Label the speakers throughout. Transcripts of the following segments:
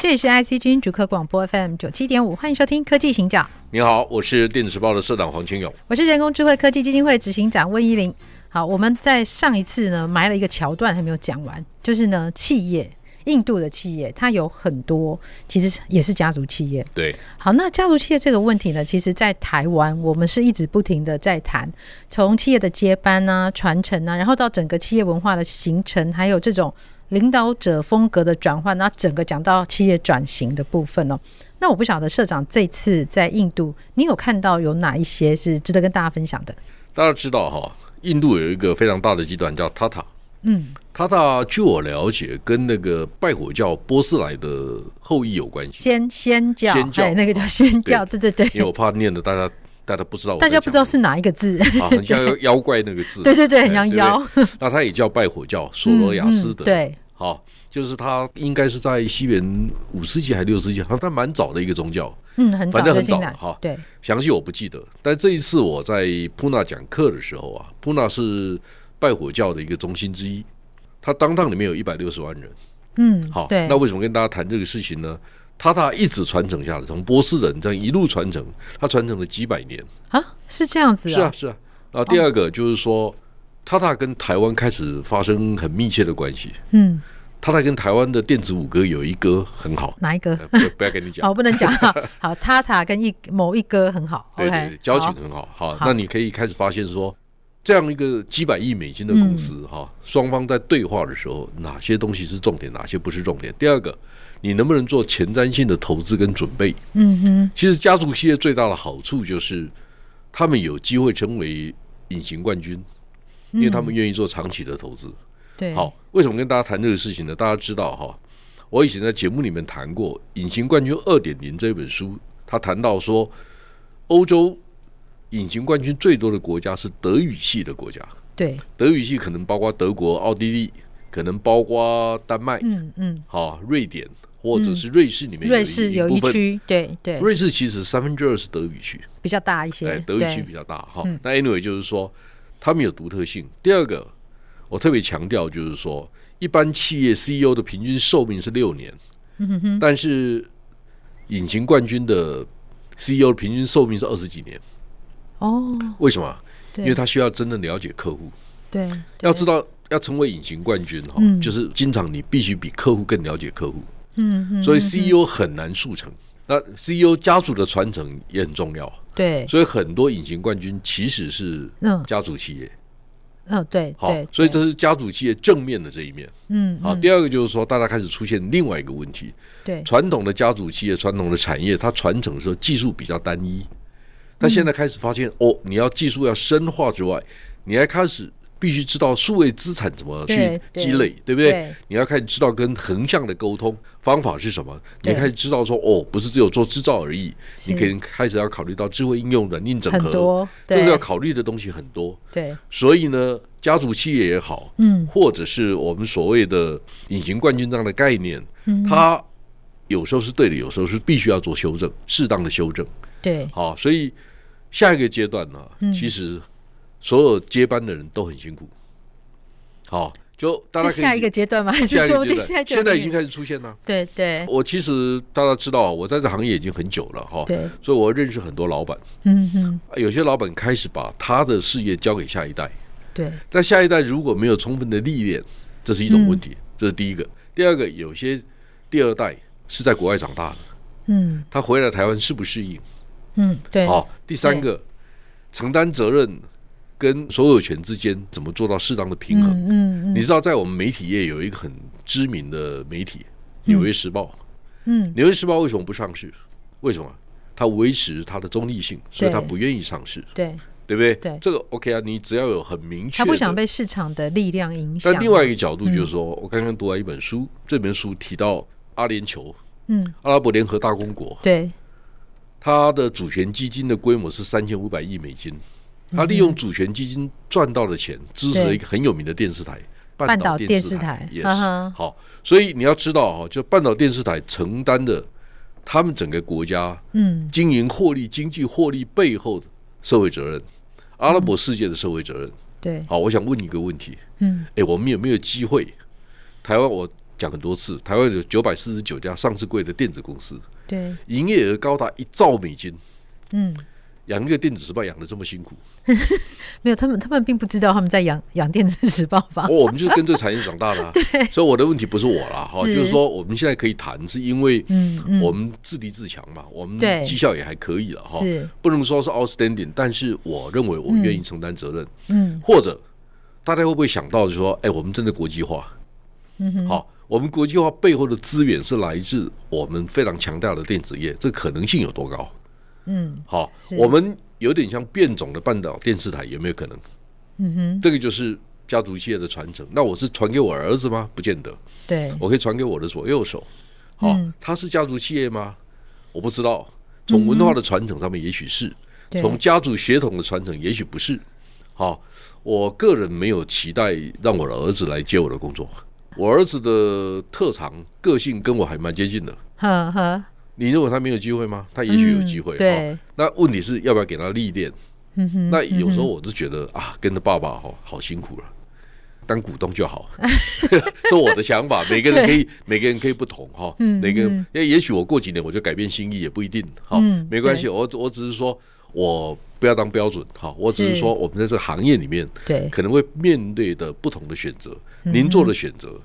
Speaker 1: 这里是 IC 君主客广播 FM 九七点五，欢迎收听科技行脚，
Speaker 2: 你好，我是电子时报的社长黄清勇。
Speaker 1: 我是人工智慧科技基金会执行长温依玲。好，我们在上一次呢埋了一个桥段还没有讲完，就是呢企业，印度的企业它有很多其实也是家族企业，
Speaker 2: 对，
Speaker 1: 好，那家族企业这个问题呢，其实，在台湾我们是一直不停的在谈，从企业的接班啊、传承啊，然后到整个企业文化的形成，还有这种领导者风格的转换，那整个讲到企业转型的部分哦。那我不晓得社长这次在印度，你有看到有哪一些是值得跟大家分享的？
Speaker 2: 大家知道哈，印度有一个非常大的集团叫塔塔，
Speaker 1: 嗯，
Speaker 2: 塔塔据我了解，跟那个拜火教波斯来的后裔有关 系，
Speaker 1: 先先教，
Speaker 2: 先教
Speaker 1: 哎，那个叫先教，对对对，
Speaker 2: 因为我怕念的大家大家不知道 我
Speaker 1: 大
Speaker 2: 在讲什么，
Speaker 1: 家不知道是哪一个字，
Speaker 2: 啊，很像妖妖怪那个 字，
Speaker 1: 对对对，
Speaker 2: 哎
Speaker 1: 很像
Speaker 2: 对不对
Speaker 1: 妖，
Speaker 2: 那他也叫拜火教索罗亚斯的，
Speaker 1: 嗯嗯，对，
Speaker 2: 好，就是他应该是在西元五世纪还是六世纪，他他蛮早的一个宗教，
Speaker 1: 嗯，很早
Speaker 2: 反正
Speaker 1: 就
Speaker 2: 很
Speaker 1: 进
Speaker 2: 早
Speaker 1: 来
Speaker 2: 哈，
Speaker 1: 对，
Speaker 2: 详细我不记得，但这一次我在普纳讲课的时候啊，普纳是拜火教的一个中心之一，它当当里面有一百六十万人。
Speaker 1: 嗯，
Speaker 2: 好，
Speaker 1: 对，
Speaker 2: 那为什么跟大家谈这个事情呢？塔塔一直传承下来，从波斯人这样一路传承，它传承了几百年。
Speaker 1: 啊，是这样子
Speaker 2: 是啊，，是啊。然后第二个就是说，塔塔跟台湾开始发生很密切的关系。
Speaker 1: 嗯，
Speaker 2: 塔塔跟台湾的电子五哥有一哥很好，
Speaker 1: 哪一个？
Speaker 2: 呃不要不要跟你讲
Speaker 1: 哦，。不能 讲哈。好，塔塔跟一某一哥很好
Speaker 2: 对
Speaker 1: ，OK，
Speaker 2: 对对，交情
Speaker 1: 好
Speaker 2: 很好。好，
Speaker 1: 好
Speaker 2: 那你可以开始发现说，这样一个几百亿美金的公
Speaker 1: 嗯
Speaker 2: 司哈，双方在对话的时候，哪些东西是重点，哪些不是重点。第二个，你能不能做前瞻性的投资跟准备？
Speaker 1: 嗯哼，
Speaker 2: 其实家族企业最大的好处就是，他们有机会成为隐形冠军，因为他
Speaker 1: 嗯
Speaker 2: 们愿意做长期的投资。
Speaker 1: 对，
Speaker 2: 好，为什么跟大家谈这个事情呢？大家知道哈，我以前在节目里面谈过《隐形冠军二点零》这本书，他谈到说，欧洲隐形冠军最多的国家是德语系的国家，
Speaker 1: 对，
Speaker 2: 德语系可能包括德国、奥地利，可能包括丹麦、
Speaker 1: 嗯嗯，
Speaker 2: 好、瑞典或者是瑞士里面有一、
Speaker 1: 瑞士有
Speaker 2: 一
Speaker 1: 一
Speaker 2: 部分。
Speaker 1: 区，对对，
Speaker 2: 瑞士其实三分之二是德语区，
Speaker 1: 比较大一些
Speaker 2: 哎，，德
Speaker 1: 对，
Speaker 2: 语区比较大哈
Speaker 1: 嗯。
Speaker 2: 那 anyway 就是说，他们有独特性。第二个，我特别强调就是说，一般企业 CEO 的平均寿命是六年，
Speaker 1: 嗯
Speaker 2: 但是隐形冠军的 CEO 的平均寿命是二十几年。
Speaker 1: 哦，
Speaker 2: 为什么？
Speaker 1: 对，
Speaker 2: 因为他需要真正了解客户，
Speaker 1: 对，对
Speaker 2: 要知，道要成为隐形冠军哈，
Speaker 1: 嗯
Speaker 2: 就是经常你必须比客户更了解客户，
Speaker 1: 嗯嗯，
Speaker 2: 所以 CEO 很难速成。那 CEO 家族的传承也很重要，
Speaker 1: 对，
Speaker 2: 所以很多隐形冠军其实是
Speaker 1: 嗯
Speaker 2: 家族企业。
Speaker 1: 嗯，对
Speaker 2: 好
Speaker 1: 对，，
Speaker 2: 所以
Speaker 1: 对
Speaker 2: 这是家族企业正面的这一面。
Speaker 1: 嗯
Speaker 2: 好，
Speaker 1: 嗯
Speaker 2: 第二个就是说，大家开始出现另外一个问题：
Speaker 1: 对，
Speaker 2: 传统的家族企业、传统的产业，它传承的时候技术比较单一，但现在开始发
Speaker 1: 嗯
Speaker 2: 现，哦，你要技术要深化之外，你还开始必须知道数位资产怎么去
Speaker 1: 对对
Speaker 2: 积累，对不
Speaker 1: 对
Speaker 2: 对？你要开始知道跟横向的沟通方法是什么，
Speaker 1: 对
Speaker 2: 你开始知道说，哦，不是只有做制造而已，
Speaker 1: 是
Speaker 2: 你可能开始要考虑到智慧应用、软硬整
Speaker 1: 很
Speaker 2: 合，
Speaker 1: 多，
Speaker 2: 这是要
Speaker 1: 对
Speaker 2: 考虑的东西很多。
Speaker 1: 对，
Speaker 2: 所以呢，家族企业也好，
Speaker 1: 嗯
Speaker 2: 或者是我们所谓的隐形冠军这样的概念，
Speaker 1: 嗯
Speaker 2: 它有时候是对的，有时候是必须要做修正，适当的修正。
Speaker 1: 对，
Speaker 2: 好，所以下一个阶段呢、
Speaker 1: 嗯
Speaker 2: 其实所有接班的人都很辛苦。好，就大家可
Speaker 1: 是
Speaker 2: 以
Speaker 1: 下一个阶段吗？还是
Speaker 2: 下一
Speaker 1: 说不
Speaker 2: 个
Speaker 1: 定 现在
Speaker 2: 阶段，
Speaker 1: 就
Speaker 2: 现在已
Speaker 1: 有
Speaker 2: 经开始出现了。
Speaker 1: 对对
Speaker 2: 我其实大家知道啊，我在这行业已经很久了哈，
Speaker 1: 对，
Speaker 2: 所以我认识很多老板，
Speaker 1: 嗯嗯，
Speaker 2: 有些老板开始把他的事业交给下一代。
Speaker 1: 对
Speaker 2: 但下一代如果没有充分的历练，这是一种问题，
Speaker 1: 嗯
Speaker 2: 这是第一个。第二个，有些第二代是在国外长大的，
Speaker 1: 嗯
Speaker 2: 他回来台湾适不适应？
Speaker 1: 嗯对，
Speaker 2: 好、第三个，承担责任跟所有权之间怎么做到适当的平衡？
Speaker 1: 嗯嗯
Speaker 2: 你知道，在我们媒体业有一个很知名的媒体《纽约时报》，
Speaker 1: 嗯
Speaker 2: 《纽约时报》为什么不上市？为什么？它维持它的中立性，所以它
Speaker 1: 对
Speaker 2: 不愿意上市。
Speaker 1: 对
Speaker 2: 对不对？
Speaker 1: 对
Speaker 2: 这个 OK 啊，你只要有很明确
Speaker 1: 他
Speaker 2: 的。
Speaker 1: 不想被市场的力量影响。
Speaker 2: 但另外一个角
Speaker 1: 嗯
Speaker 2: 度就是说，我刚刚读完一本书，这本书提到阿联酋，
Speaker 1: 嗯，
Speaker 2: 阿拉伯联合大公国，
Speaker 1: 对，
Speaker 2: 它的主权基金的规模是三千五百亿美金，
Speaker 1: 嗯
Speaker 2: 它利用主权基金赚到的钱，支持了一个很有名的电视台。
Speaker 1: 半岛电视
Speaker 2: 视
Speaker 1: 台嗯呵呵
Speaker 2: yes，好，所以你要知道哈，就半岛电视台承担的他们整个国家
Speaker 1: 嗯
Speaker 2: 经营获利、经济获利背后的社会责任，阿拉伯世界的社会责任。
Speaker 1: 对，
Speaker 2: 好，我想问你一个问题，
Speaker 1: 嗯
Speaker 2: 哎，我们有没有机会？台湾我讲很多次，台湾有九百四十九家上市柜的电子公司，
Speaker 1: 对，
Speaker 2: 营业额高达一兆美金，
Speaker 1: 嗯，
Speaker 2: 养一个电子时报养的这么辛 苦，
Speaker 1: 没有，他们他们并不知道他们在养养电子时报吧
Speaker 2: 哦，？我们就是跟这个产业长大 的、啊。所以我的问题不是我啦，哈，
Speaker 1: 是
Speaker 2: 就是说我们现在可以谈，是因为
Speaker 1: 嗯嗯
Speaker 2: 我们自立自强嘛，我们
Speaker 1: 对
Speaker 2: 绩效也还可以了哈，
Speaker 1: 是，
Speaker 2: 不能说是 outstanding，但是我认为我愿意承担责任，
Speaker 1: 嗯
Speaker 2: 或者大家会不会想到就说，哎，我们真的国际化，
Speaker 1: 嗯哼，
Speaker 2: 好，我们国际化背后的资源是来自我们非常强大的电子业，这可能性有多高？
Speaker 1: 嗯
Speaker 2: 好
Speaker 1: 是，
Speaker 2: 我们有点像变种的半岛电视台，有没有可能？
Speaker 1: 嗯哼，
Speaker 2: 这个就是家族企业的传承。那我是传给我儿子吗？不见得，
Speaker 1: 对，
Speaker 2: 我可以传给我的左右手。好、
Speaker 1: 嗯
Speaker 2: 他是家族企业吗？我不知道。从文化的传承上面，也许是；
Speaker 1: 对
Speaker 2: 从家族血统的传承，也许不是。好、我个人没有期待让我的儿子来接我的工作。我儿子的特长、个性跟我还蛮接近的。
Speaker 1: 呵呵，
Speaker 2: 你认为他没有机会吗？他也许有
Speaker 1: 嗯
Speaker 2: 机会。
Speaker 1: 对
Speaker 2: 哦那问题是要不要给他历练？
Speaker 1: 嗯哼，
Speaker 2: 那有时候我是觉得啊，跟着爸爸哈、好辛苦了，当股东就好。 这我的想 法，每个人可以，每个人可以不同哈、
Speaker 1: 嗯
Speaker 2: 每个人
Speaker 1: 嗯，
Speaker 2: 也也许我过几年我就改变心意，也不一定哈、
Speaker 1: 嗯
Speaker 2: 没关系，
Speaker 1: 对
Speaker 2: 我我只是说我不要当标准哈、我只
Speaker 1: 是
Speaker 2: 是说我们在这个行业里面
Speaker 1: 对，嗯
Speaker 2: 可能会面对的不同的选择，您做的选择，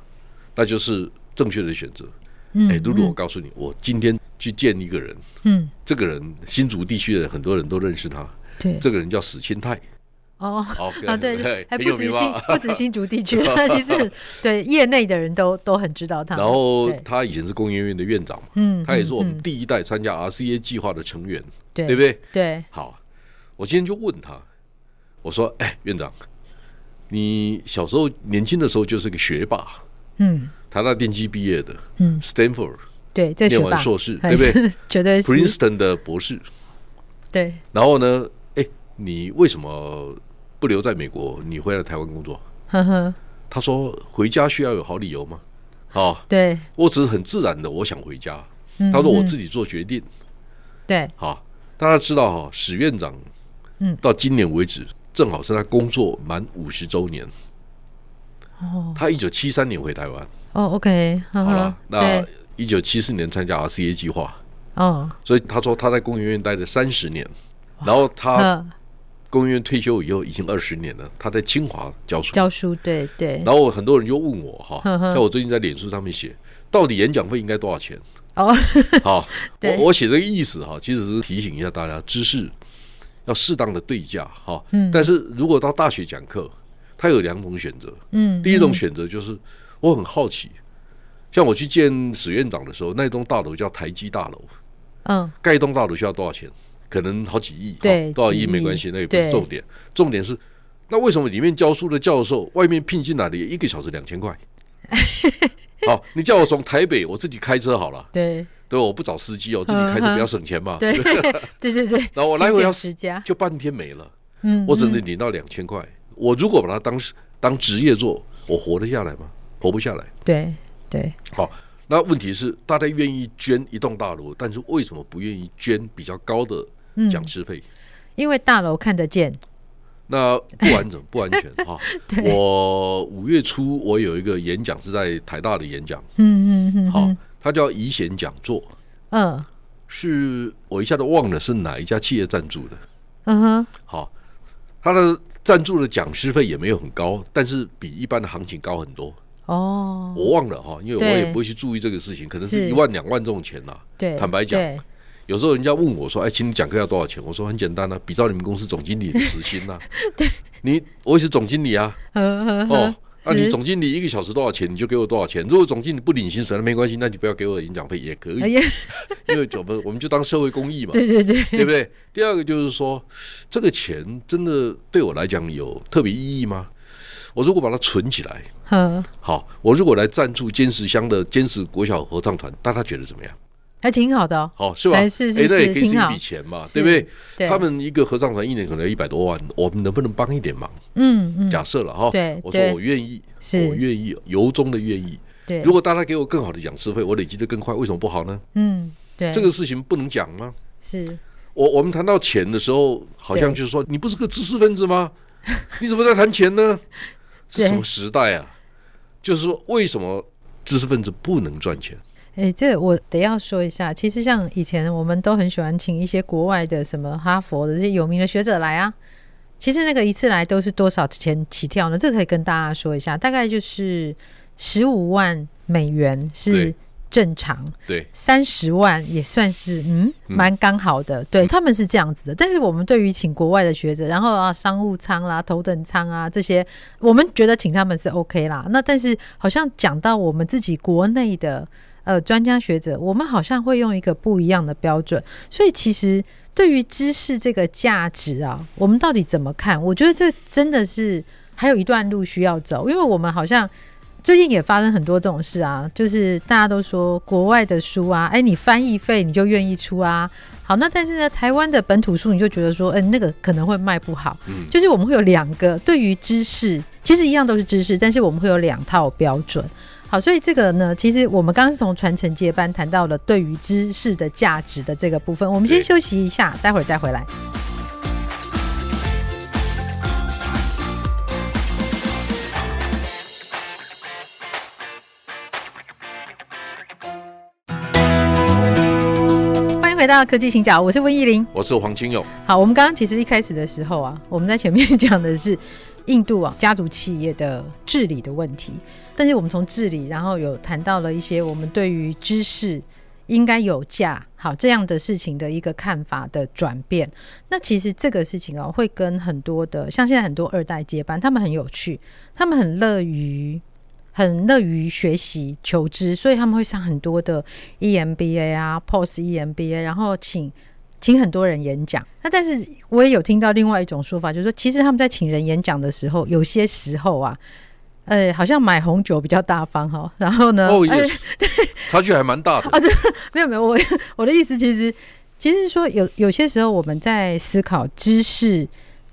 Speaker 2: 那就是正确的选择。
Speaker 1: 嗯
Speaker 2: 哎，露露，我告诉你，我今天去见一个人，
Speaker 1: 嗯，
Speaker 2: 这个人新竹地区的人很多人都认识他，
Speaker 1: 对，
Speaker 2: 这个人叫史清泰。
Speaker 1: 哦。
Speaker 2: 哦
Speaker 1: 啊， 对，还
Speaker 2: 很
Speaker 1: 不
Speaker 2: 有
Speaker 1: 止
Speaker 2: 名啊
Speaker 1: 新
Speaker 2: 吧？
Speaker 1: 不止新竹地区， 其实对业内的人都都很知道他们。
Speaker 2: 然后
Speaker 1: 对
Speaker 2: 他以前是工研院的院长嘛，
Speaker 1: 嗯，
Speaker 2: 他也是我们
Speaker 1: 嗯
Speaker 2: 第一代参加 RCA 计划的成员，
Speaker 1: 对
Speaker 2: 对不对？
Speaker 1: 对，
Speaker 2: 好，我今天就问他，我说：“哎，院长，你小时候年轻的时候就是个学霸，
Speaker 1: 嗯
Speaker 2: 台大电机毕业的，
Speaker 1: 嗯，
Speaker 2: ，Stanford、
Speaker 1: 对，这
Speaker 2: 念
Speaker 1: 学
Speaker 2: 完
Speaker 1: 霸
Speaker 2: 硕士
Speaker 1: 还
Speaker 2: 对不
Speaker 1: 是？ 绝对是，
Speaker 2: Princeton 的博士，
Speaker 1: 对，
Speaker 2: 然后呢，哎，你为什么不留在美国，你回来台湾工作
Speaker 1: 呵呵，？”
Speaker 2: 他说：“回家需要有好理由吗？”好、
Speaker 1: 对，
Speaker 2: 我只是很自然的，我想回家。
Speaker 1: 嗯
Speaker 2: 他说我
Speaker 1: 嗯
Speaker 2: 自己做决定。
Speaker 1: 对，
Speaker 2: 哈，大家知道哈，史院长，
Speaker 1: 嗯
Speaker 2: 到今年为止，正好是他工作满五十周年。
Speaker 1: 哦
Speaker 2: 他一九七三年回台湾，
Speaker 1: 哦，OK，呵
Speaker 2: 好
Speaker 1: 呵
Speaker 2: 了，，那
Speaker 1: 对，
Speaker 2: 一九七四年参加 RCA 计划，
Speaker 1: 哦，
Speaker 2: 所以他说他在工研院待了三十年，然后他
Speaker 1: 呵，
Speaker 2: 工研院退休以后已经二十年了，他在清华教书。
Speaker 1: 教书，对对，
Speaker 2: 然后很多人就问我哈，
Speaker 1: 呵呵
Speaker 2: 像我最近在脸书上面写，到底演讲费应该多少钱？
Speaker 1: 哦，
Speaker 2: 好，
Speaker 1: 对
Speaker 2: 我我写这个意思哈，其实是提醒一下大家，知识要适当的对价哈。
Speaker 1: 嗯
Speaker 2: 但是如果到大学讲课，它有两种选择，
Speaker 1: 嗯，
Speaker 2: 第一种
Speaker 1: 嗯
Speaker 2: 选择就是我很好奇，像我去见史院长的时候，那栋大楼叫台积大楼，
Speaker 1: 嗯，
Speaker 2: 盖一栋大楼需要多少钱？可能好几亿，哈
Speaker 1: 对
Speaker 2: 多少
Speaker 1: 几亿
Speaker 2: 亿没关系，那也不是
Speaker 1: 对
Speaker 2: 重点，重点是。那为什么里面教书的教授，外面聘进来的也一个小时两千 块？好，你叫我从台北我自己开车好了，
Speaker 1: 对
Speaker 2: 对，我不找司机哦，自己开车比较省钱嘛。
Speaker 1: 嗯对 对对对，
Speaker 2: 然后我来回要
Speaker 1: 勤俭持家，
Speaker 2: 就半天没了，
Speaker 1: 嗯，
Speaker 2: 我只
Speaker 1: 嗯
Speaker 2: 能领到两千块。我如果把它当当职业做，我活得下来吗？活不下来。
Speaker 1: 对对，
Speaker 2: 好，那问题是大家愿意捐一栋大楼，但是为什么不愿意捐比较高的
Speaker 1: 嗯，
Speaker 2: 讲师费？
Speaker 1: 因为大楼看得见，
Speaker 2: 那不完整、不完 全哈。
Speaker 1: 对
Speaker 2: 我五月初我有一个演讲是在台大的演讲，
Speaker 1: 嗯嗯嗯，
Speaker 2: 好
Speaker 1: 嗯，
Speaker 2: 它叫遗贤讲座，
Speaker 1: 嗯
Speaker 2: 是我一下都忘了是哪一家企业赞助的。
Speaker 1: 嗯哼，
Speaker 2: 好，他的赞助的讲师费也没有很高，但是比一般的行情高很多。
Speaker 1: 哦，
Speaker 2: 我忘了哈，因为
Speaker 1: 对
Speaker 2: 我也不会去注意这个事情，可能
Speaker 1: 是
Speaker 2: 是一万两万这种钱呐、
Speaker 1: 对，
Speaker 2: 坦白讲
Speaker 1: 对
Speaker 2: 有时候人家问我说：“哎，请你讲课要多少钱？”我说：“很简单啊， 比照你们公司总经理的时薪呐、你我也是总经理啊，
Speaker 1: 呵呵呵，
Speaker 2: 哦，啊，你总经理一个小时多少钱，你就给我多少钱。如果总经理不领薪水，那没关系，那你不要给我演讲费也可以
Speaker 1: 哎，呀，
Speaker 2: 因为我们我们就当社会公益嘛，
Speaker 1: 对对对，
Speaker 2: 对不对？第二个就是说，这个钱真的对我来讲有特别意义吗？我如果把它存起来，
Speaker 1: 嗯，
Speaker 2: 好，我如果来赞助坚石乡的坚石国小合唱团，大家觉得怎么样？
Speaker 1: 还挺好的哦。
Speaker 2: 好，是吧？
Speaker 1: 哎是是
Speaker 2: 哎那也
Speaker 1: 是
Speaker 2: 可以是
Speaker 1: 挺
Speaker 2: 一
Speaker 1: 好
Speaker 2: 笔钱嘛，
Speaker 1: 是
Speaker 2: 对不对？
Speaker 1: 对，
Speaker 2: 他们一个合唱团一年可能要一百多万，我们能不能帮一点忙？
Speaker 1: 嗯嗯，
Speaker 2: 假设了哈，
Speaker 1: 对
Speaker 2: 我
Speaker 1: 对
Speaker 2: 说我愿意，
Speaker 1: 是
Speaker 2: 我哦愿意，由衷的愿意。
Speaker 1: 对，
Speaker 2: 如果大家给我更好的讲师费，我累积的更快，为什么不好呢？
Speaker 1: 嗯对，
Speaker 2: 这个事情不能讲吗？
Speaker 1: 是
Speaker 2: 我我们谈到钱的时候，好像
Speaker 1: 对
Speaker 2: 就是说你不是个知识分 子吗？你怎么在谈钱呢？这
Speaker 1: 对
Speaker 2: 什么时代啊？就是说，为什么知识分子不能赚钱？
Speaker 1: 哎，这我得要说一下。其实像以前我们都很喜欢请一些国外的什么哈佛的这些有名的学者来啊。其实那个一次来都是多少钱起跳呢？这个可以跟大家说一下，大概就是十五万美元是
Speaker 2: 对
Speaker 1: 正常，
Speaker 2: 对，
Speaker 1: 三十万也算是嗯
Speaker 2: 嗯
Speaker 1: 蛮刚好的。对他们是这样子的，但是我们对于请国外的学者，然后啊商务舱啦、头等舱啊这些，我们觉得请他们是 OK 啦。那但是好像讲到我们自己国内的呃专家学者，我们好像会用一个不一样的标准，所以其实。对于知识这个价值啊，我们到底怎么看？我觉得这真的是还有一段路需要走，因为我们好像最近也发生很多这种事啊，就是大家都说国外的书啊，哎，你翻译费你就愿意出啊。好，那但是呢，台湾的本土书你就觉得说，嗯、那个可能会卖不好。
Speaker 2: 嗯
Speaker 1: 就是我们会有两个对于知识，其实一样都是知识，但是我们会有两套标准。好，所以这个呢，其实我们刚刚是从传承接班谈到了对于知识的价值的这个部分，我们先
Speaker 2: 对
Speaker 1: 休息一下，待会儿再回来。欢迎回到科技行脚，我是温依玲。
Speaker 2: 我是黄清勇，
Speaker 1: 好，我们刚刚其实一开始的时候啊，我们在前面讲的是印度啊家族企业的治理的问题，但是我们从治理，然后有谈到了一些我们对于知识应该有价好这样的事情的一个看法的转变。那其实这个事情哦，会跟很多的像现在很多二代接班，他们很有趣，他们很乐于。很乐于学习求知，所以他们会上很多的 EMBA 啊、POS EMBA，然后请请很多人演讲。那但是我也有听到另外一种说法，就是说，其实他们在请人演讲的时候，有些时候啊，呃，好像买红酒比较大方哈、然后呢，
Speaker 2: 哦，
Speaker 1: 哎
Speaker 2: 也是，差距还蛮大的。
Speaker 1: 没有没有，我 我的意思其实其实是说有有些时候我们在思考知识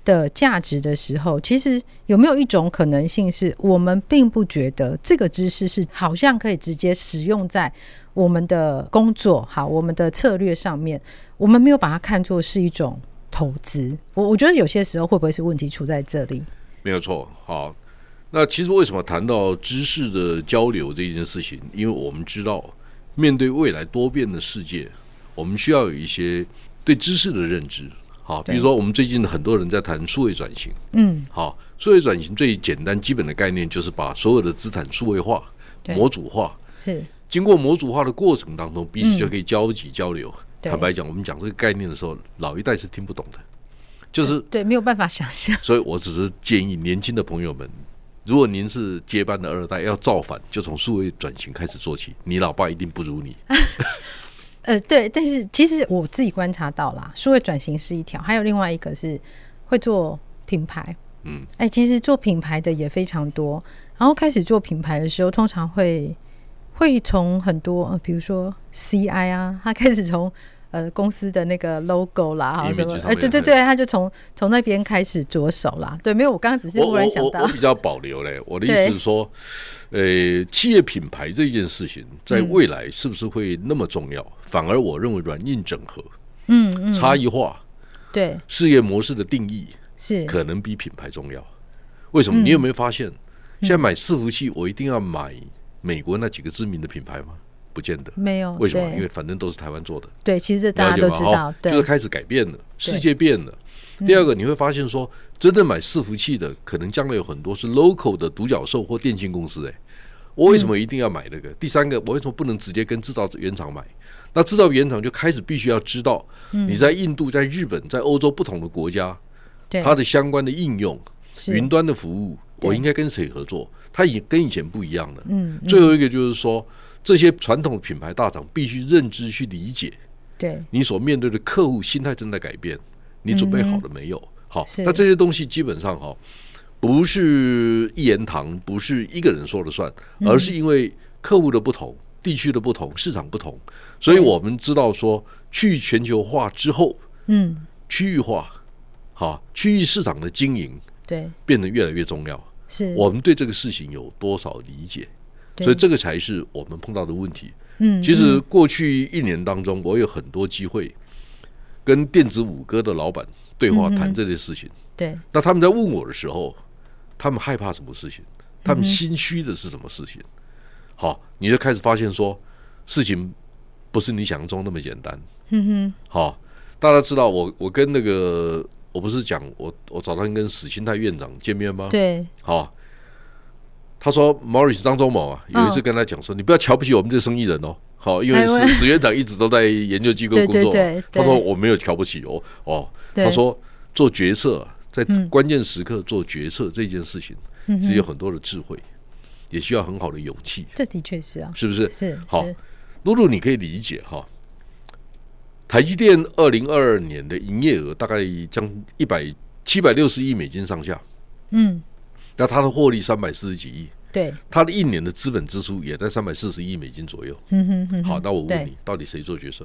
Speaker 1: 的价值的时候，其实有没有一种可能性是我们并不觉得这个知识是好像可以直接使用在我们的工作好我们的策略上面，我们没有把它看作是一种投资。我我觉得有些时候会不会是问题出在这里？
Speaker 2: 没有错，好。那其实为什么谈到知识的交流这件事情？因为我们知道，面对未来多变的世界，我们需要有一些对知识的认知。好，比
Speaker 1: 对
Speaker 2: 如说我们最近很多人在谈数位转型。
Speaker 1: 嗯，
Speaker 2: 好，数位转型最简单基本的概念就是把所有的资产数位化、
Speaker 1: 对，
Speaker 2: 模组化。
Speaker 1: 是
Speaker 2: 经过模组化的过程当中，彼
Speaker 1: 嗯
Speaker 2: 此就可以交集交流。
Speaker 1: 对
Speaker 2: 坦白讲，我们讲这个概念的时候，老一代是听不懂的，就是
Speaker 1: 对，没有办法想象。
Speaker 2: 所以我只是建议年轻的朋友们，如果您是接班的二代，要造反，就从数位转型开始做起。你老爸一定不如你，
Speaker 1: 呃，对，但是其实我自己观察到啦，数位转型是一条，还有另外一个是会做品牌。
Speaker 2: 嗯，
Speaker 1: 哎，其实做品牌的也非常多。然后开始做品牌的时候，通常会会从很多，呃、比如说 CI 啊，他开始从呃公司的那个 logo 啦，哈
Speaker 2: Image
Speaker 1: 什么，
Speaker 2: 上
Speaker 1: 哎，
Speaker 2: 面
Speaker 1: 对对对，他就从从那边开始着手啦。对，没有，我刚刚只是
Speaker 2: 我
Speaker 1: 忽
Speaker 2: 我
Speaker 1: 然想
Speaker 2: 我
Speaker 1: 到
Speaker 2: 我，比较保留嘞。我的意思是说，呃，企业品牌这件事情在未来是不是会那么重要？反而我认为软硬整合、
Speaker 1: 嗯嗯，
Speaker 2: 差异化、
Speaker 1: 对，
Speaker 2: 事业模式的定义，
Speaker 1: 是，
Speaker 2: 可能比品牌重要。为什么？
Speaker 1: 嗯
Speaker 2: 你有没有发现，现在买伺服器，我一定要买美国那几个知名的品牌吗？不见得。
Speaker 1: 没有，
Speaker 2: 为什么？
Speaker 1: 哦对
Speaker 2: 因为反正都是台湾做的。
Speaker 1: 对，其实这大家
Speaker 2: 了解
Speaker 1: 都
Speaker 2: 吧？
Speaker 1: 知
Speaker 2: 哈，
Speaker 1: 道，对，嗯
Speaker 2: 就是开始改变了，世界变了。第二个，你会发现说，真的买伺服器的，可能将来有很多是 local 的独角兽或电信公司、欸。我为什么一定要买那个？
Speaker 1: 嗯
Speaker 2: 第三个，我为什么不能直接跟制造原厂买？那制造原厂就开始必须要知道，
Speaker 1: 嗯
Speaker 2: 你在印度、在日本、在欧洲不同的国家，
Speaker 1: 对，
Speaker 2: 它的相关的应用、
Speaker 1: 是
Speaker 2: 云端的服务，
Speaker 1: 对
Speaker 2: 我应该跟谁合作？它也跟以前不一样了。
Speaker 1: 嗯，嗯
Speaker 2: 最后一个就是说，这些传统品牌大厂必须认知去理解
Speaker 1: 对
Speaker 2: 你所面对的客户心态正在改变，你准备好了没有？好，
Speaker 1: 嗯是
Speaker 2: 那这些东西基本上哈、不是一言堂，不是一个人说了算，
Speaker 1: 嗯
Speaker 2: 而是因为客户的不同、地区的不同、市场不同，所以我们知道说，去全球化之后，
Speaker 1: 嗯
Speaker 2: 区域化，哈、区域市场的经营
Speaker 1: 对
Speaker 2: 变得越来越重要。
Speaker 1: 是
Speaker 2: 我们对这个事情有多少理解？
Speaker 1: 嗯对
Speaker 2: 所以这个才是我们碰到的问题。
Speaker 1: 嗯
Speaker 2: 其实过去一年当中，我有很多机会跟电子五哥的老板对话，谈这些事情。
Speaker 1: 对
Speaker 2: 那他们在问我的时候，他们害怕什么事情？他们心虚的是什么事情？好，你就开始发现说，事情不是你想象中那么简单。嗯哼，好，大家知道我我跟那个我不是讲我我早上跟史新泰院长见面吗？
Speaker 1: 对
Speaker 2: 好、啊他说 Morris 张忠谋啊，有一次跟他讲说，你不要瞧不起我们这生意人哦。好，因为
Speaker 1: 嗯哎我
Speaker 2: 史史院长一直都在研究机构
Speaker 1: 对
Speaker 2: 工作嘛，啊
Speaker 1: 对对对
Speaker 2: 他说我没有瞧不起哦哦，
Speaker 1: 对
Speaker 2: 他说做决策啊在
Speaker 1: 嗯
Speaker 2: 关键时刻做决策这件事情，是有很多的智慧，也需要很好的勇气，
Speaker 1: 这的确是啊
Speaker 2: 是不是？
Speaker 1: 是
Speaker 2: 好
Speaker 1: 是，
Speaker 2: 露露，你可以理解哈。台积电二零二二年的营业额大概将一百七百六十亿美金上下，
Speaker 1: 嗯
Speaker 2: 那它的获利三百四十几亿，
Speaker 1: 对
Speaker 2: 它的一年的资本支出也在三百四十亿美金左右。
Speaker 1: 嗯哼哼
Speaker 2: 好，那我
Speaker 1: 对
Speaker 2: 问你，到底谁做决策？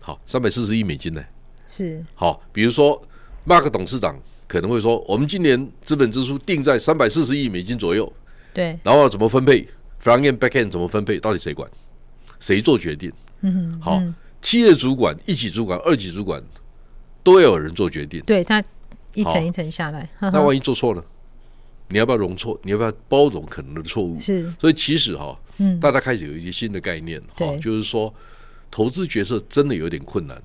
Speaker 2: 好，三百四十亿美金呢？
Speaker 1: 是
Speaker 2: 好，比如说马克董事长可能会说，我们今年资本支出定在三百四十亿美金左右，
Speaker 1: 对
Speaker 2: 然后怎么分配，front end back end 怎么分配，到底谁管？谁做决定？
Speaker 1: 嗯哼
Speaker 2: 好，企业主管、一级主管、二级主管都要有人做决定。
Speaker 1: 对它一
Speaker 2: 好
Speaker 1: 层一层下来，呵
Speaker 2: 那
Speaker 1: 呵
Speaker 2: 万一做错呢？你要不要容错？你要不要包容可能的错误？
Speaker 1: 是
Speaker 2: 所以其实哈、
Speaker 1: 嗯
Speaker 2: 大家开始有一些新的概念哈、
Speaker 1: 对
Speaker 2: 就是说投资决策真的有点困难。
Speaker 1: 嗯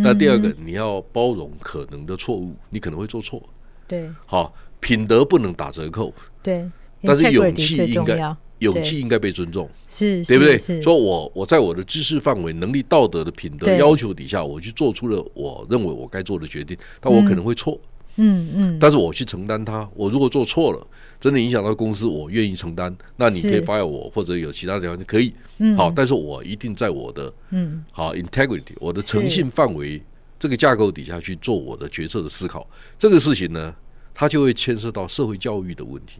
Speaker 2: 那第二个，你要包容可能的错误，你可能会做错。
Speaker 1: 对
Speaker 2: 好、品德不能打折扣，
Speaker 1: 对，
Speaker 2: 但是勇
Speaker 1: integrity
Speaker 2: 气
Speaker 1: 最
Speaker 2: 应
Speaker 1: 重
Speaker 2: 该
Speaker 1: 要，
Speaker 2: 勇气应该被尊重，
Speaker 1: 是
Speaker 2: 对不
Speaker 1: 是
Speaker 2: 对？
Speaker 1: 是
Speaker 2: 说我我在我的知识范围、能力、道德的品德
Speaker 1: 对
Speaker 2: 要求底下，我去做出了我认为我该做的决定，但我可能会错。
Speaker 1: 嗯嗯
Speaker 2: 但是我去承担它。我如果做错了，真的影响到公司，我愿意承担。那你可以
Speaker 1: 是
Speaker 2: fire 我，或者有其他条件可以。
Speaker 1: 嗯
Speaker 2: 好，但是我一定在我的
Speaker 1: 嗯
Speaker 2: 好 integrity，我的
Speaker 1: 是
Speaker 2: 诚信范围这个架构底下去做我的决策的思考。这个事情呢，它就会牵涉到社会教育的问题。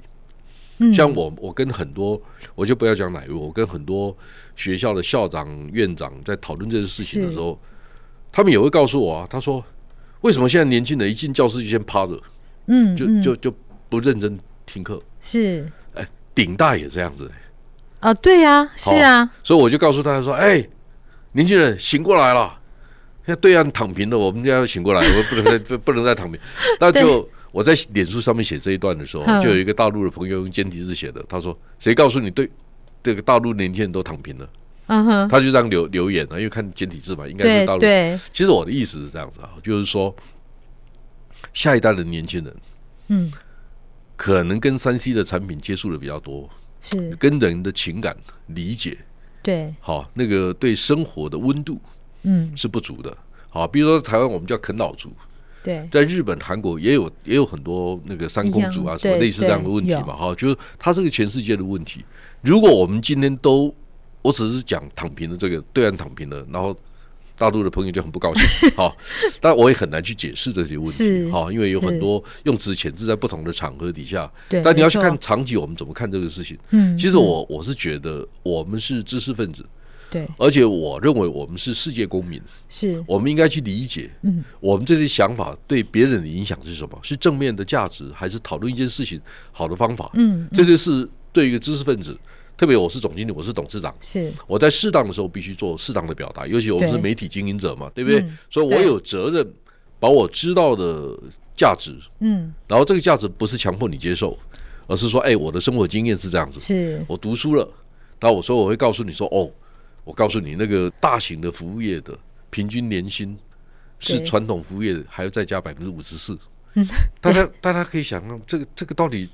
Speaker 1: 嗯
Speaker 2: 像我，我跟很多，我就不要讲哪一位，我跟很多学校的校长、院长在讨论这些事情的
Speaker 1: 是
Speaker 2: 时候，他们也会告诉我啊，他说，为什么现在年轻人一进教室就先趴着？
Speaker 1: 嗯
Speaker 2: 就
Speaker 1: 嗯
Speaker 2: 就就不认真听课。
Speaker 1: 是
Speaker 2: 顶大也这样子，
Speaker 1: 啊，对啊，是啊，
Speaker 2: 所以我就告诉他说：“哎，年轻人醒过来了，现在对岸躺平了，我们就要醒过来，我不能再不 不能再躺平。”那就我在脸书上面写这一段的时候
Speaker 1: 嗯，
Speaker 2: 就有一个大陆的朋友用简体字写的，他说：“谁告诉你对这个大陆年轻人都躺平了
Speaker 1: 嗯？”哼，
Speaker 2: 他就这样留留言了，啊因为看简体字嘛，应该
Speaker 1: 对
Speaker 2: 是大陆。
Speaker 1: 对，
Speaker 2: 其实我的意思是这样子啊，就是说，下一代的年轻人
Speaker 1: 嗯
Speaker 2: 可能跟三 C 的产品接触的比较多，
Speaker 1: 是，
Speaker 2: 跟人的情感理解，
Speaker 1: 对，
Speaker 2: 好，那个对生活的温度
Speaker 1: 嗯
Speaker 2: 是不足的。好，比如说台湾我们叫啃老族，
Speaker 1: 对
Speaker 2: 在日本、韩国也有也有很多那个三公主
Speaker 1: 一
Speaker 2: 啊
Speaker 1: 样
Speaker 2: 什么
Speaker 1: 对
Speaker 2: 类似这样的问题
Speaker 1: 对
Speaker 2: 嘛，哈，就是它是个全世界的问题。如果我们今天都，我只是讲躺平的这个对岸躺平了，然后大陆的朋友就很不 高兴，好，但我也很难去解释这些问
Speaker 1: 是
Speaker 2: 题，哈，因为有
Speaker 1: 是
Speaker 2: 很多用词遣字在不同的场合底下，
Speaker 1: 对，
Speaker 2: 但你要
Speaker 1: 没
Speaker 2: 去
Speaker 1: 错
Speaker 2: 看，长期我们怎么看这个事情。
Speaker 1: 嗯，
Speaker 2: 其实
Speaker 1: 嗯
Speaker 2: 我我是觉得我们是知识分子，
Speaker 1: 对
Speaker 2: 而且我认为我们是世界公民，
Speaker 1: 是，
Speaker 2: 我们应该去理解，
Speaker 1: 嗯，
Speaker 2: 我们这些想法对别人的影响是什么？是正面的价值，还是讨论一件事情好的方法？
Speaker 1: 嗯
Speaker 2: 这就是对一个知识分子，特别我是总经理，我是董事长，
Speaker 1: 是
Speaker 2: 我在适当的时候必须做适当的表达，尤其我们
Speaker 1: 对
Speaker 2: 是媒体经营者嘛，对不对？
Speaker 1: 嗯
Speaker 2: 所以我
Speaker 1: 对
Speaker 2: 有责任把我知道的价值，
Speaker 1: 嗯
Speaker 2: 然后这个价值不是强迫你接受，而是说，哎，我的生活经验是这样子，
Speaker 1: 是，
Speaker 2: 我读书了，然后我说我会告诉你说，哦，我告诉你那个大型的服务业的平均年薪是
Speaker 1: 对
Speaker 2: 传统服务业还要再加百分之五十四。大家大家可以想象，这个这个到底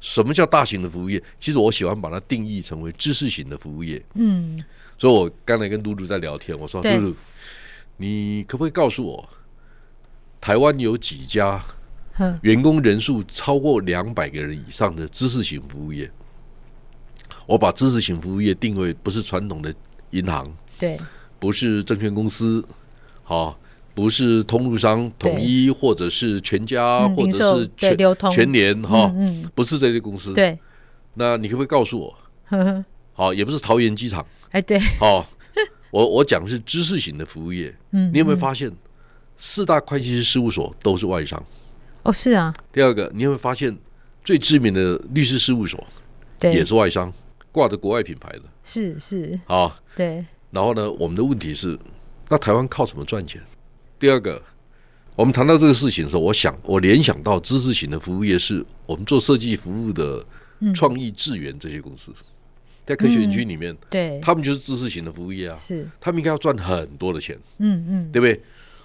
Speaker 2: 什么叫大型的服务业？其实我喜欢把它定义成为知识型的服务业。
Speaker 1: 嗯
Speaker 2: 所以我刚才跟露露在聊天，我说
Speaker 1: 对
Speaker 2: 露露，你可不可以告诉我，台湾有几家
Speaker 1: 嗯
Speaker 2: 员工人数超过两百个人以上的知识型服务业。我把知识型服务业定位不是传统的银行，
Speaker 1: 对，
Speaker 2: 不是证券公司，好、不是通路商
Speaker 1: 对
Speaker 2: 统一或者是全家、
Speaker 1: 嗯
Speaker 2: 或
Speaker 1: 零售
Speaker 2: 者是
Speaker 1: 对
Speaker 2: 全
Speaker 1: 流通
Speaker 2: 全联哈、
Speaker 1: 嗯嗯，
Speaker 2: 不是这类公司。
Speaker 1: 对，
Speaker 2: 那你可不可以告诉我？
Speaker 1: 呵呵，
Speaker 2: 好、也不是桃园机场。
Speaker 1: 哎，对，
Speaker 2: 好、我我讲的是知识型的服务业。
Speaker 1: 嗯，
Speaker 2: 你有没有
Speaker 1: 嗯
Speaker 2: 发现，四大会计师事务所都是外商？
Speaker 1: 哦，是啊，
Speaker 2: 第二个，你有没有发现最知名的律师事务所也
Speaker 1: 对，
Speaker 2: 是外商，挂着国外品牌的
Speaker 1: 是是，
Speaker 2: 啊？
Speaker 1: 对，
Speaker 2: 然后呢，我们的问题是，那台湾靠什么赚钱？第二个，我们谈到这个事情的时候，我想我联想到知识型的服务业是我们做设计服务的
Speaker 1: 嗯
Speaker 2: 创意智源这些公司，在科学园区里面，
Speaker 1: 对，
Speaker 2: 他们就是知识型的服务业啊，
Speaker 1: 是，
Speaker 2: 他们应该要赚很多的钱，
Speaker 1: 嗯嗯，
Speaker 2: 对不对？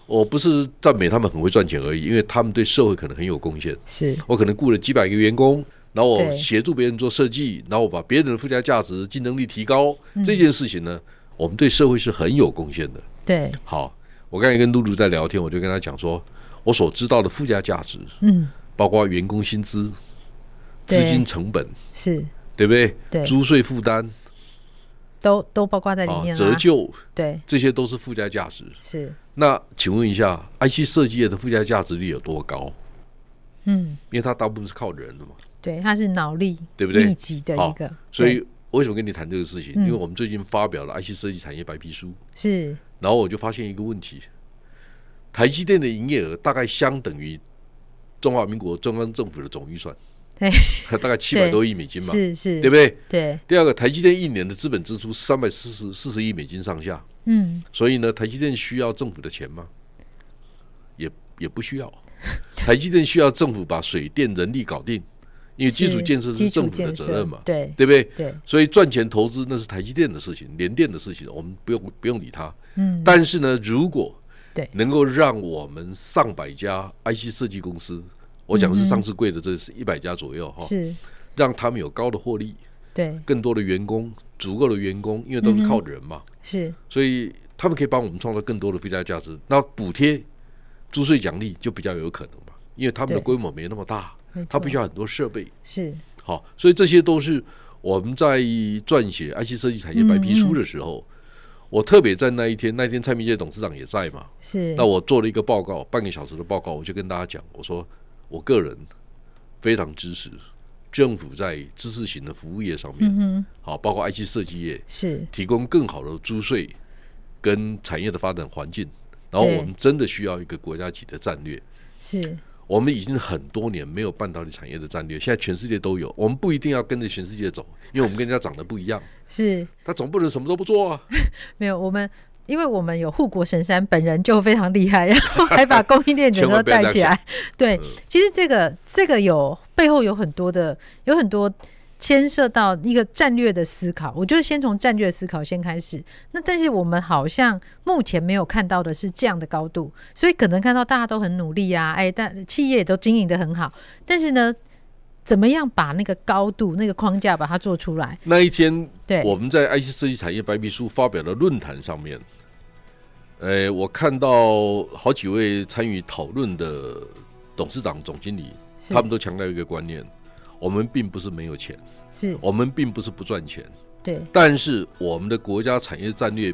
Speaker 2: 我不是赞美他们很会赚钱而已，因为他们对社会可能很有贡献。
Speaker 1: 是，
Speaker 2: 我可能雇了几百个员工，然后我
Speaker 1: 对
Speaker 2: 协助别人做设计，然后我把别人的附加价值、竞争力提高、
Speaker 1: 嗯
Speaker 2: 这件事情呢，我们对社会是很有贡献的。
Speaker 1: 对，
Speaker 2: 好，我刚才跟露露在聊天，我就跟她讲说，我所知道的附加价值，
Speaker 1: 嗯，
Speaker 2: 包括员工薪资、
Speaker 1: 对
Speaker 2: 资金成本，
Speaker 1: 是，
Speaker 2: 对不对？
Speaker 1: 对
Speaker 2: 租税负担
Speaker 1: 都都包括在里
Speaker 2: 啊，
Speaker 1: 面
Speaker 2: 折
Speaker 1: 啦，
Speaker 2: 旧，
Speaker 1: 对，
Speaker 2: 这些都是附加价值。
Speaker 1: 是，
Speaker 2: 那请问一下，IC 设计业的附加价值率有多高？
Speaker 1: 嗯，
Speaker 2: 因为它大部分是靠人的嘛，
Speaker 1: 对，它是脑力
Speaker 2: 对不对
Speaker 1: 密集的一
Speaker 2: 好
Speaker 1: 个，
Speaker 2: 所
Speaker 1: 对
Speaker 2: 以为什么跟你谈这个事情？
Speaker 1: 嗯
Speaker 2: 因为我们最近发表了 IC 设计产业白皮书，
Speaker 1: 是
Speaker 2: 然后我就发现一个问题：台积电的营业额大概相等于中华民国中央政府的总预算
Speaker 1: 对，
Speaker 2: 大概七百多亿美金嘛，
Speaker 1: 是是，
Speaker 2: 对不对？
Speaker 1: 对，
Speaker 2: 第二个，台积电一年的资本支出三百四十四十亿美金上下，
Speaker 1: 嗯，
Speaker 2: 所以呢，台积电需要政府的钱吗？也也不需要。台积电需要政府把水电人力搞定，因为基础建设
Speaker 1: 基
Speaker 2: 是
Speaker 1: 础
Speaker 2: 政府的
Speaker 1: 建设
Speaker 2: 责任嘛，
Speaker 1: 对
Speaker 2: 对不对？
Speaker 1: 对，
Speaker 2: 所以赚钱投资那是台积电的事情，联电的事情，我们不用不用理它。
Speaker 1: 嗯，
Speaker 2: 但是呢，如果
Speaker 1: 对
Speaker 2: 能够让我们上百家 IC 设计公司，我讲的是上市贵的，这是一百家左右哈，
Speaker 1: 是，
Speaker 2: 让他们有高的获利，
Speaker 1: 对，
Speaker 2: 更多的员工，足够的员工，因为
Speaker 1: 嗯
Speaker 2: 都是靠人嘛，
Speaker 1: 是，
Speaker 2: 所以他们可以帮我们创造更多的附加价值。那补贴、租税奖励就比较有可能嘛，因为他们的
Speaker 1: 对
Speaker 2: 规模没那么大，
Speaker 1: 没错
Speaker 2: 他必须要很多设备。
Speaker 1: 是，
Speaker 2: 好，所以这些都是我们在撰写 IC 设计产业白皮书的时候，我特别在那一天，那一天蔡明介董事长也在嘛，
Speaker 1: 是，
Speaker 2: 那我做了一个报告，半个小时的报告，我就跟大家讲，我说我个人非常支持政府在知识型的服务业上面，
Speaker 1: 嗯哼，
Speaker 2: 好，包括 IC 设计业
Speaker 1: 是
Speaker 2: 提供更好的租税跟产业的发展环境，然后
Speaker 1: 对
Speaker 2: 我们真的需要一个国家级的战略。
Speaker 1: 是，
Speaker 2: 我们已经很多年没有半导体产业的战略，现在全世界都有。我们不一定要跟着全世界走，因为我们跟人家长得不一样。
Speaker 1: 是，
Speaker 2: 他总不能什么都不做啊！
Speaker 1: 没有我们。因为我们有护国神山本人就非常厉害，然 后还把供应链整个
Speaker 2: 千万不要
Speaker 1: 带
Speaker 2: 这样
Speaker 1: 起来。 对，
Speaker 2: 嗯
Speaker 1: 其实这个这个有背后有很多的，有很多牵涉到一个战略的思考。我觉得先从战略思考先开始。那但是我们好像目前没有看到的是这样的高度，所以可能看到大家都很努力啊，哎，但企业也都经营的很好，但是呢，怎么样把那个高度、那个框架把它做出来？
Speaker 2: 那一天
Speaker 1: 对，
Speaker 2: 我们在 IC 设计产业白皮书发表的论坛上面，呃，我看到好几位参与讨论的董事长、总经理，
Speaker 1: 是
Speaker 2: 他们都强调一个观念：我们并不是没有钱，
Speaker 1: 是
Speaker 2: 我们并不是不赚钱，
Speaker 1: 对，
Speaker 2: 但是我们的国家产业战略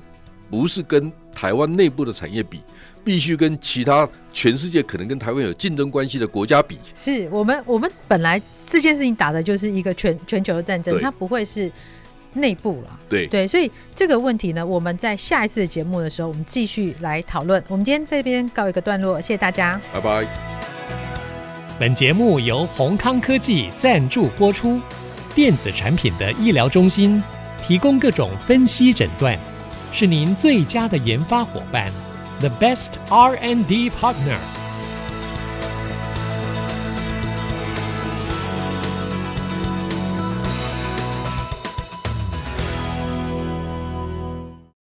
Speaker 2: 不是跟台湾内部的产业比，必须跟其他全世界可能跟台湾有竞争关系的国家比。
Speaker 1: 是我们我们本来这件事情打的就是一个全全球的战争，
Speaker 2: 对
Speaker 1: 它不会是内部啦。
Speaker 2: 对，
Speaker 1: 对，所以这个问题呢，我们在下一次的节目的时候，我们继续来讨论。我们今天这边告一个段落，谢谢大家。
Speaker 2: 拜拜。
Speaker 3: 本节目由宏康科技赞助播出。电子产品的医疗中心提供各种分析诊断，是您最佳的研发伙伴，The best R&D partner。